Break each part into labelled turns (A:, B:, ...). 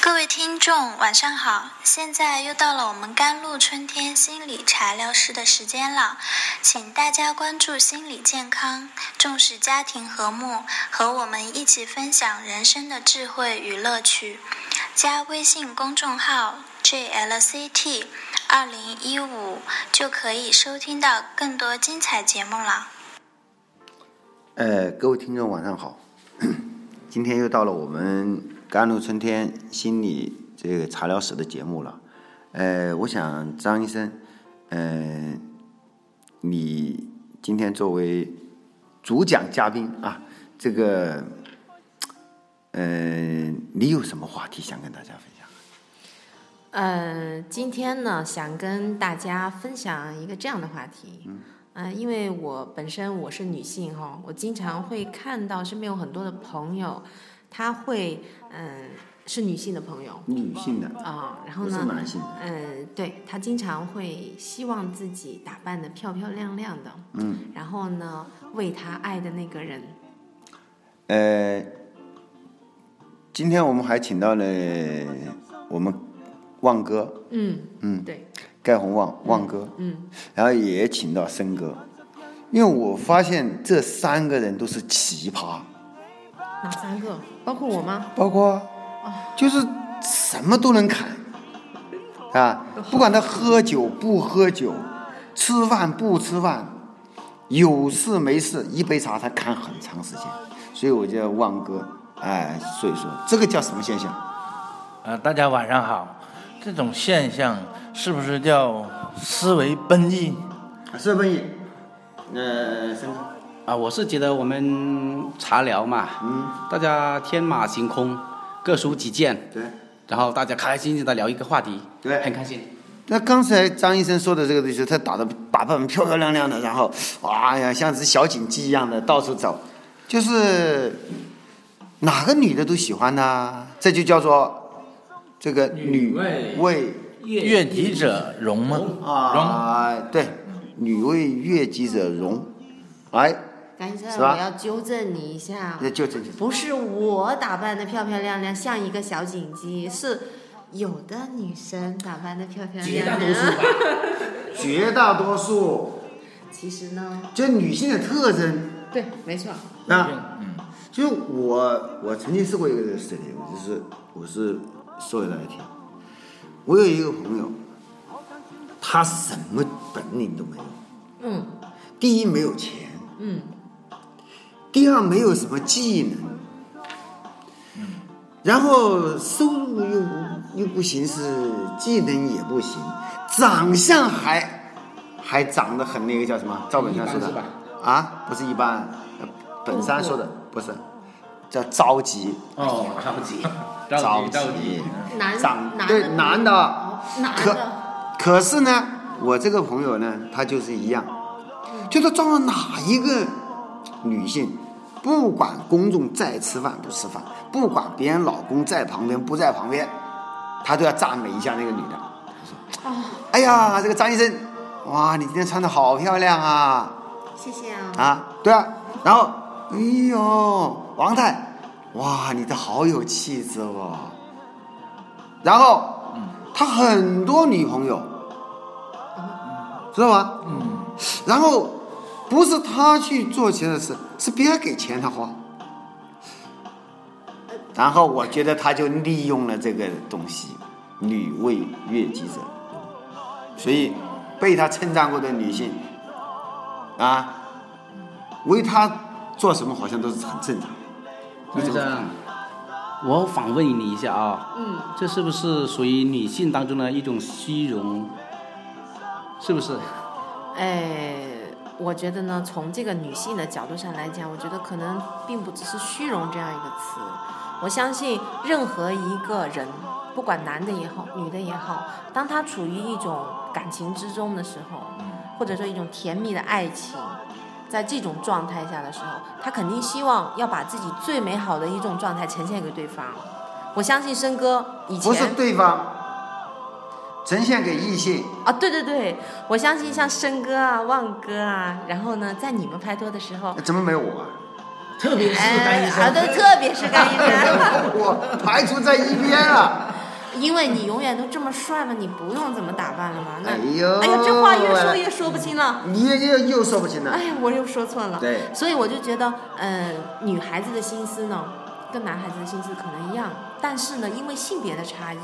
A: 各位听众，晚上好！现在又到了我们甘露春天心理茶疗师的时间了，请大家关注心理健康，重视家庭和睦，和我们一起分享人生的智慧与乐趣。加微信公众号 JLCT 二零一五，就可以收听到更多精彩节目了。
B: 呃，各位听众晚上好， 今天又到了我们甘露春天心理这个茶疗室的节目了。呃，我想张医生，呃，你今天作为主讲嘉宾啊，这个，呃，你有什么话题想跟大家分享？
C: 呃，今天呢，想跟大家分享一个这样的话题。嗯、因为我本身我是女性哈、我经常会看到身边有很多的朋友，她会嗯、是女性的朋友
B: 女性的，
C: 啊、然后
B: 不是
C: 呢，
B: 男性的，
C: 嗯，对她经常会希望自己打扮的漂漂亮亮的，嗯，然后呢，为她爱的那个人，
B: 呃，今天我们还请到了我们旺哥
C: 嗯嗯，对，
B: 盖宏旺旺哥，
C: 嗯，
B: 然后也请到森哥，因为我发现这三个人都是奇葩，
C: 哪三个？包括我吗？
B: 包括就是什么都能砍啊，不管他喝酒不喝酒，吃饭不吃饭，有事没事一杯茶他砍很长时间，所以我叫旺哥，哎，所以说这个叫什么现象？
D: 呃，大家晚上好。这种现象是不是叫思维奔逸
B: 是不是？呃，森哥，
E: 啊，我是觉得我们茶聊嘛，嗯，大家天马行空，各抒己见，
B: 对。
E: 然后大家开开心心的聊一个话题，
B: 对
E: 很开心。
B: 那刚才张医生说的这个东西，他打的打扮漂漂亮亮的，然后哎呀，像只小锦鸡一样的到处走，就是哪个女的都喜欢呐、这就叫做这个女
E: 为
B: 为
D: 悦己者容吗？
B: 啊，对，女为悦己者容，哎，
C: 感觉
B: 是吧
C: 我要纠正你一下，啊
B: 那就这就
C: 不是我打扮的漂漂亮亮，像一个小锦鸡，是有的女生打扮的漂漂亮亮。
B: 绝大多数
C: 其实呢，
B: 就女性的特征
C: 对，没错，
B: 啊。
E: 嗯
B: 就是我，我曾经试过一个事情，我就是我是说给大家听，啊我有一个朋友，他什么本领都没有，
C: 嗯
B: 第一没有钱，
C: 嗯，
B: 第二没有什么技能，
E: 嗯
B: 然后收入又不又不行是，技能也不行，长相还还长得很那个叫什么？赵本山说的
E: 一般是吧
B: 啊，不是一般，呃本山说的不是，叫着急。
E: 哦，着急，
B: 着
E: 着急，着急。
C: 男
B: 长
C: 男
B: 对
C: 的哦
B: 男的，
C: 男
B: 可
C: 的，
B: 可是呢，我这个朋友呢，他就是一样，就是撞到哪一个女性，不管公众再吃饭不吃饭，不管别人老公在旁边不在旁边，他都要赞美一下那个女的。
C: 哦
B: 哎呀，这个张医生，哇，你今天穿的好漂亮啊！
C: 谢谢啊、
B: 啊，对啊，然后，哎呦，王太，哇，你这好有气质哦。然后，他很多女朋友，知道吗？嗯。然后，不是他去做其他的事，是别人给钱他花。然后我觉得他就利用了这个东西，女为悦己者，所以被他称赞过的女性，啊，为他做什么好像都是很正常。
E: 医生，我访问你一下啊，
C: 嗯，
E: 这是不是属于女性当中的一种虚荣？是不是？
C: 哎。我觉得呢，从这个女性的角度上来讲，我觉得可能并不只是虚荣这样一个词。我相信任何一个人，不管男的也好，女的也好，当他处于一种感情之中的时候，
B: 嗯
C: 或者说一种甜蜜的爱情，在这种状态下的时候，他肯定希望要把自己最美好的一种状态呈现给对方。我相信生哥以前
B: 不是对方呈现给异性，
C: 啊，对对对，我相信像生哥啊、旺哥啊，然后呢，在你们拍拖的时候，
B: 怎么没有我啊？
E: 特别
C: 哎，好的，特别是干医生，
B: 我排除在一边了。
C: 因为你永远都这么帅嘛，你不用怎么打扮了嘛。那
B: 哎呦
C: 哎呀，这话越说越说不清了。
B: 你又又说不清了
C: 哎。呀，我又说错了。
B: 对
C: 所以我就觉得，嗯、女孩子的心思呢，跟男孩子的心思可能一样，但是呢，因为性别的差异，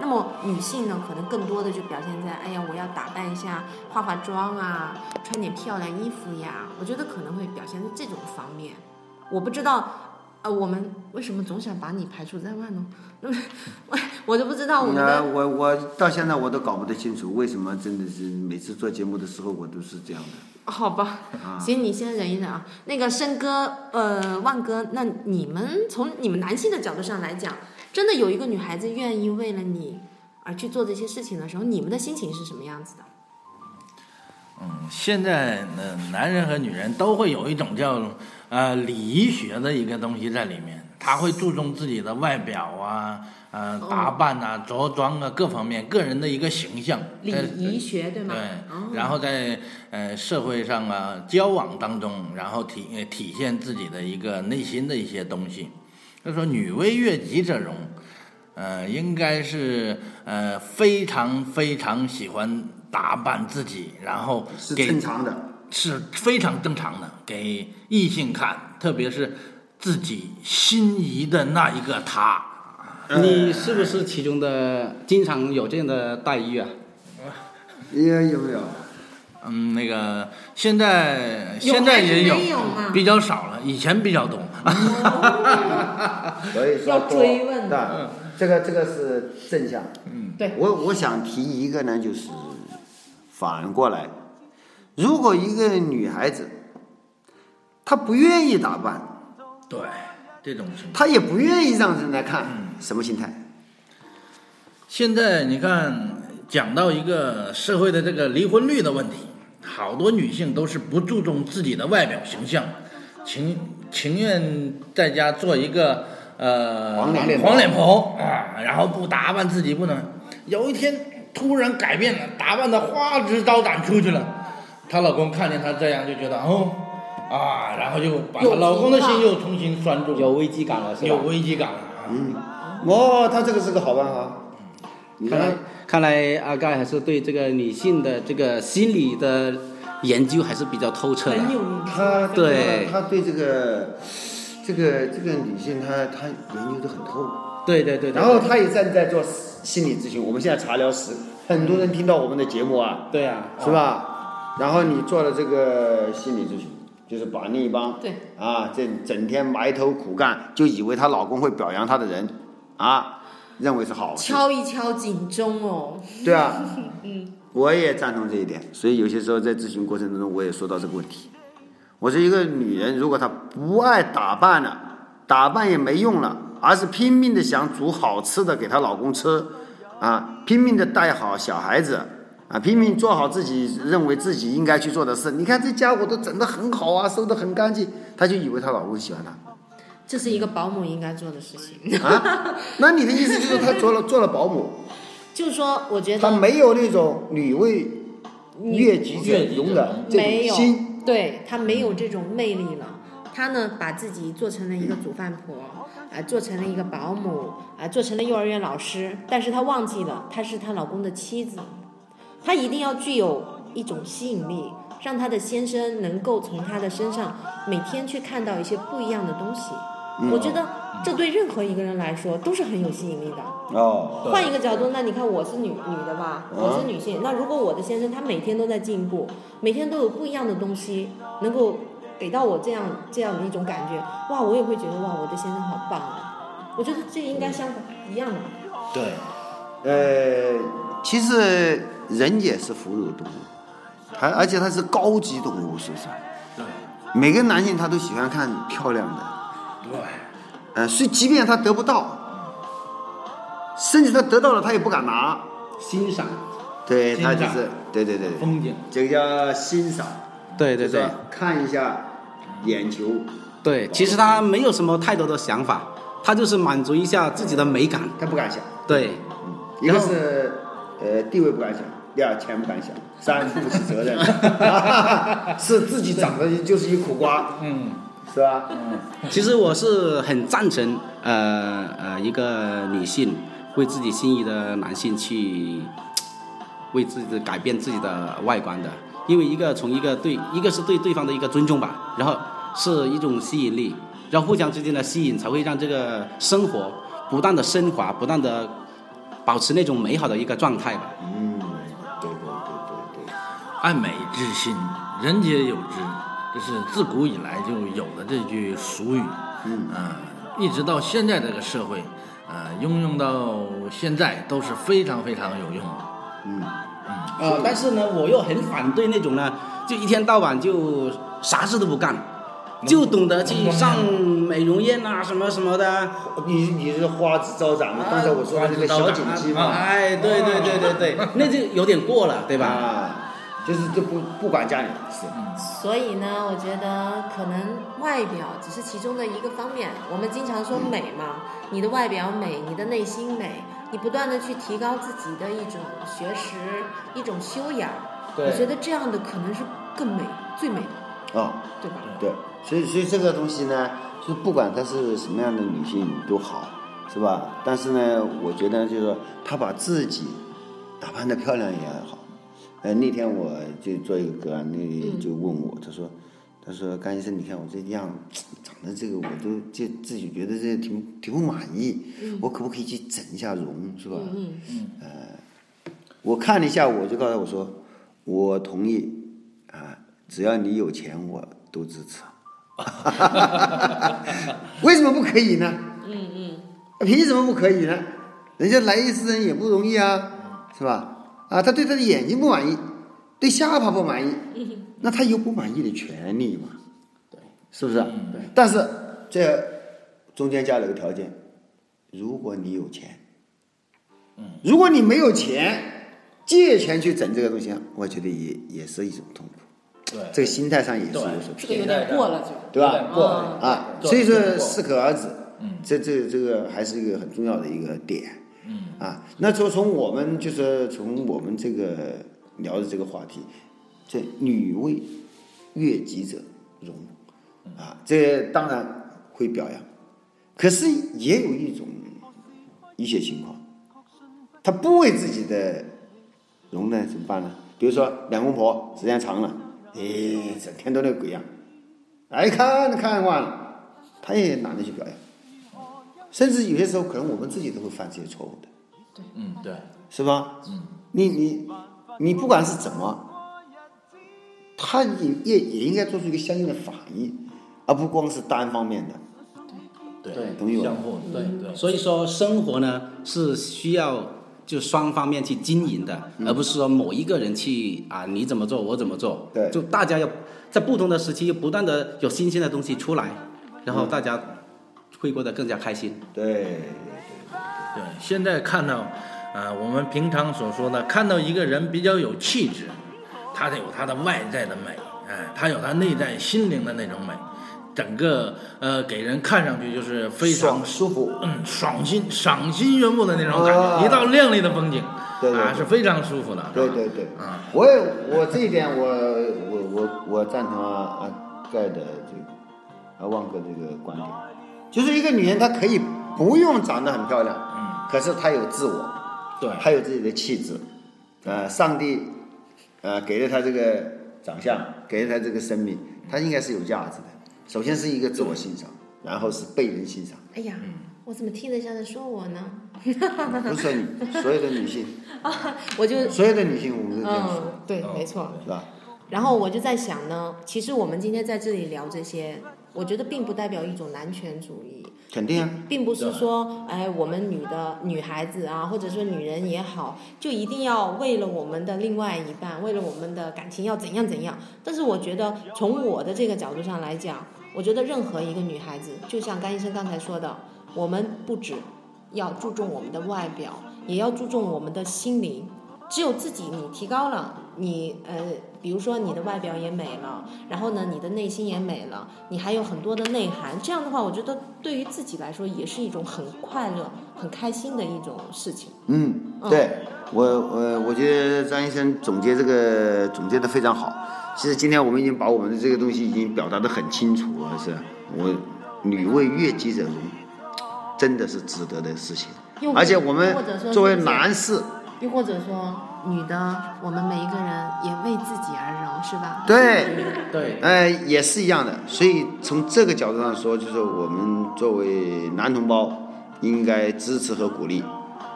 C: 那么女性呢，可能更多的就表现在，哎呀，我要打扮一下，化化妆啊，穿点漂亮衣服呀。我觉得可能会表现在这种方面。我不知道，呃，我们为什么总想把你排除在外呢？ 那么，我我都不知道我们
B: 那
C: 的
B: 我我到现在我都搞不得清楚，为什么真的是每次做节目的时候我都是这样的
C: 好吧，
B: 啊？
C: 行，你先忍一忍啊。那个申哥，呃，万哥，那你们从你们男性的角度上来讲，真的有一个女孩子愿意为了你而去做这些事情的时候，你们的心情是什么样子的？
D: 嗯，现在呢，男人和女人都会有一种叫呃礼仪学的一个东西在里面，他会注重自己的外表啊，呃打扮呐、着装啊各方面个人的一个形象，
C: 礼
D: 在
C: 仪学对吗？哦
D: 对，然后在呃社会上啊交往当中，然后体呃体现自己的一个内心的一些东西。就说女为悦己者容，呃，应该是呃非常非常喜欢打扮自己，然后
B: 是
D: 给
B: 正常的，
D: 是非常正常的，给异性看，特别是自己心仪的那一个他。
E: 你是不是其中的经常有这样的待遇啊？
B: 也有没有？
D: 嗯，那个现在
C: 有
D: 现在
C: 还是
D: 也
C: 没有呢
D: 比较少了，以前比较多。
B: 所以说
C: 要追问嗯
B: 的，这个这个是正向。嗯
C: 对
B: 我我想提一个呢，就是反过来，如果一个女孩子她不愿意打扮，
D: 对，这种情况。
B: 她也不愿意让人来看，什么心态？
D: 现在你看，讲到一个社会的这个离婚率的问题，好多女性都是不注重自己的外表形象，情情愿在家做一个呃
B: 黄脸婆
D: 黄脸婆啊，然后不打扮自己，不能。有一天突然改变了，打扮的花枝招展出去了，她老公看见她这样就觉得哦啊，然后就把她
C: 有嗯
D: 老公的心
C: 情
D: 又重新拴住，
E: 有危机感了是吧？
D: 有危机感了啊。
B: 哦，他这个是个好办法。你
E: 看来
B: 看，
E: 看来阿盖还是对这个女性的这个心理的研究还是比较透彻的。
C: 很有名
B: 他
E: 对
B: 他对这个这个这个女性，他他研究的很透。
E: 对对对对。
B: 然后他也正在做心理咨询。我们现在茶聊师，很多人听到我们的节目啊，
E: 对啊，
B: 是吧？然后你做了这个心理咨询，就是把另一帮
C: 对
B: 啊，这整天埋头苦干，就以为她老公会表扬她的人啊，认为是好事。
C: 敲一敲警钟哦。
B: 对啊，我也赞同这一点。所以有些时候在咨询过程当中，我也说到这个问题。我说一个女人，如果她不爱打扮了，打扮也没用了，而是拼命的想煮好吃的给她老公吃，啊，拼命的带好小孩子，啊，拼命做好自己认为自己应该去做的事。你看这家伙都整得很好啊，收得很干净，她就以为她老公喜欢她。啊
C: 这是一个保姆应该做的事情，
B: 那你的意思就是她做了做了保姆？
C: 就是说，我觉
B: 他
C: 得
B: 没有那种女为悦己者容的这种
C: 没有
B: 心。，
C: 对她没有这种魅力了。她呢，把自己做成了一个煮饭婆，啊、做成了一个保姆，啊、做成了幼儿园老师，但是她忘记了她是她老公的妻子，她一定要具有一种吸引力，让她的先生能够从她的身上每天去看到一些不一样的东西。
B: 嗯
C: 我觉得这对任何一个人来说都是很有吸引力的。
B: 哦，
C: 换一个角度，那你看我是女女的吧，我是女性。那如果我的先生他每天都在进步，每天都有不一样的东西，能够给到我这样这样的一种感觉，哇，我也会觉得哇，我的先生好棒啊！我觉得这应该相反一样的。啊
D: 对，
B: 呃，其实人也是哺乳动物，还而且它是高级动物，是不是？
D: 对，
B: 每个男性他都喜欢看漂亮的，
D: 对。
B: 呃，所以即便他得不到，甚至他得到了他也不敢拿，
E: 欣赏，
B: 对
D: 欣
B: 他
D: 赏
B: 就是，对对对对，
D: 风景，
B: 这个叫欣赏，
E: 对对
B: 就是
E: 对
B: 说看一下眼球，
E: 对，其实他没有什么太多的想法，他就是满足一下自己的美感。
B: 他不敢想。
E: 对，
B: 一个是呃地位不敢想，第二钱不敢想， 三负不起责任，是自己长得就是一苦瓜，
D: 嗯，
B: 是吧？
E: 其实我是很赞成，呃呃，一个女性为自己心仪的男性去为自己的改变自己的外观的，因为一个从一个对，一个是对对方的一个尊重吧，然后是一种吸引力，然后互相之间的吸引才会让这个生活不断的升华，不断的保持那种美好的一个状态吧。
B: 嗯，对对对对对，
D: 爱美之心，人皆有之，这是自古以来就有的这句俗语。嗯、一直到现在这个社会，啊、应用到现在都是非常非常有用的。
B: 嗯，
E: 呃，但是呢，我又很反对那种呢，就一天到晚就啥事都不干，就懂得去上美容院啊，什么什么的。
B: 你你是花枝招展嘛？刚才我说的那个小姐姐嘛，哦
E: 哎，对对对对对，那就有点过了，对吧？
B: 啊，嗯就是就不不管家里的事，
C: 所以呢，我觉得可能外表只是其中的一个方面。我们经常说美嘛，你的外表美，你的内心美，你不断的去提高自己的一种学识、一种修养，
E: 对
C: 我觉得这样的可能是更美、最美的，
B: 啊，
C: 对吧？
B: 对，所以所以这个东西呢，就不管她是什么样的女性都好，是吧？但是呢，我觉得就是说她把自己打扮的漂亮也好。呃，那天我就做一个个案，
C: 嗯
B: 那就问我，他说，他说甘医生，你看我这样长得这个，我都就自己觉得这挺挺不满意，我可不可以去整一下容，是吧？呃
C: 嗯
B: 我看了一下，我就告诉他我说，我同意，啊，只要你有钱，我都支 持。为什么不可以呢？嗯嗯，凭什么不可以呢？人家来一次人也不容易啊，是吧？啊，他对他的眼睛不满意，对下巴不满意，那他有不满意的权利嘛？嗯对，是不是啊？对。但是这中间加了个条件，如果你有钱，如果你没有钱，借钱去整这个东西，我觉得也也是一种痛苦。
D: 对
B: 这个心态上也是有所
C: 这
B: 偏
C: 个有点过了就。
B: 对吧？
C: 过了
B: 啊，
D: 对
B: 所以
D: 对
B: 说
D: 过
B: 适可而止，嗯，这这这个还是一个很重要的一个点，嗯啊，那就从我们就是从我们这个聊的这个话题，这女为悦己者容，啊，这当然会表扬，可是也有一种一些情况，她不为自己的容呢怎么办呢？比如说两公婆时间长了，哎，整天都那个鬼样。哎，看看惯了，他也懒得去表扬，甚至有些时候可能我们自己都会犯这些错误的，
D: 嗯，对，
B: 是吧？嗯，你你你不管是怎么，他也也也应该做出一个相应的反应，而不光是单方面的。
E: 对
B: 懂有
D: 相互的对对。
E: 所以说，生活呢是需要就双方面去经营的，
B: 嗯
E: 而不是说某一个人去啊你怎么做我怎么做。
B: 对
E: 就大家要在不同的时期，不断的有新鲜的东西出来，然后大家会过得更加开心。
B: 对，
D: 对，现在看到，呃，我们平常所说的，看到一个人比较有气质，他得有他的外在的美，哎、他有他内在心灵的那种美，整个呃给人看上去就是非常
B: 爽舒服。
D: 嗯爽心赏心悦目的那种感觉，
B: 啊
D: 一道亮丽的风景，
B: 对对
D: 啊
B: 对
D: 是非常舒服的，
B: 对对对，
D: 啊，
B: 我也我这一点我我我我赞同啊阿盖的这个阿旺哥这个观点，就是一个女人她可以不用长得很漂亮，
D: 嗯，
B: 可是她有自我，
D: 对
B: 她有自己的气质，呃，上帝，呃，给了她这个长相，给了她这个生命，她应该是有价值的。首先是一个自我欣赏，然后是被人欣赏。
C: 哎呀，我怎么听着像在说我呢？
B: 不是说你所有的女性，
C: 我就
B: 所有的女性，我们都这样说，
C: 嗯，对，没错。
B: 是吧？
C: 然后我就在想呢，其实我们今天在这里聊这些，我觉得并不代表一种男权主义，
B: 肯定啊，
C: 并不是说，哎，我们女的女孩子啊，或者说女人也好，就一定要为了我们的另外一半，为了我们的感情要怎样怎样。但是我觉得，从我的这个角度上来讲，我觉得任何一个女孩子，就像甘医生刚才说的，我们不止要注重我们的外表，也要注重我们的心灵。只有自己你提高了，你呃，比如说你的外表也美了，然后呢，你的内心也美了，你还有很多的内涵。这样的话，我觉得对于自己来说也是一种很快乐、很开心的一种事情。
B: 嗯，对我我我觉得张医生总结这个总结的非常好。其实今天我们已经把我们的这个东西已经表达的很清楚了，是我女为悦己者容，真的是值得的事情
C: 又。
B: 而且我们
C: 或者说
B: 作为
C: 是不是
B: 男士，
C: 又或者说女的，我们每一个人也为自己而容，是吧？
B: 对，
D: 对，
B: 呃，也是一样的。所以从这个角度上说，就是我们作为男同胞，应该支持和鼓励，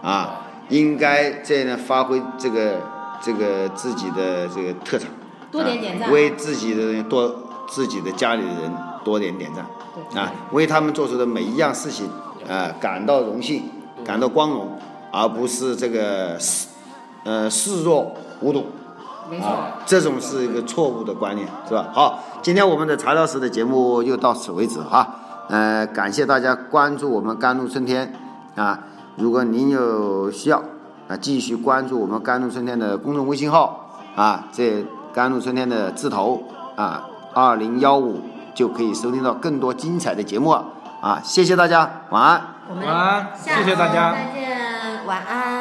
B: 啊，应该这样呢发挥这个这个自己的这个特长，
C: 多点点赞
B: 啊为自己的人多自己的家里的人多点点赞，啊，为他们做出的每一样事情，啊，感到荣幸，感到光荣，而不是这个视，呃，视若无睹。
C: 没
B: 啊，这种是一个错误的观念，是吧？好，今天我们的茶聊室的节目又到此为止哈。呃，感谢大家关注我们甘露春天啊！如果您有需要啊，继续关注我们甘露春天的公众微信号啊，这甘露春天的字头啊，二零幺五就可以收听到更多精彩的啊节目了啊！谢谢大家，晚安。
C: 我们
D: 晚安
C: 下
D: 谢谢大
C: 周
D: 家
C: 再见，晚安。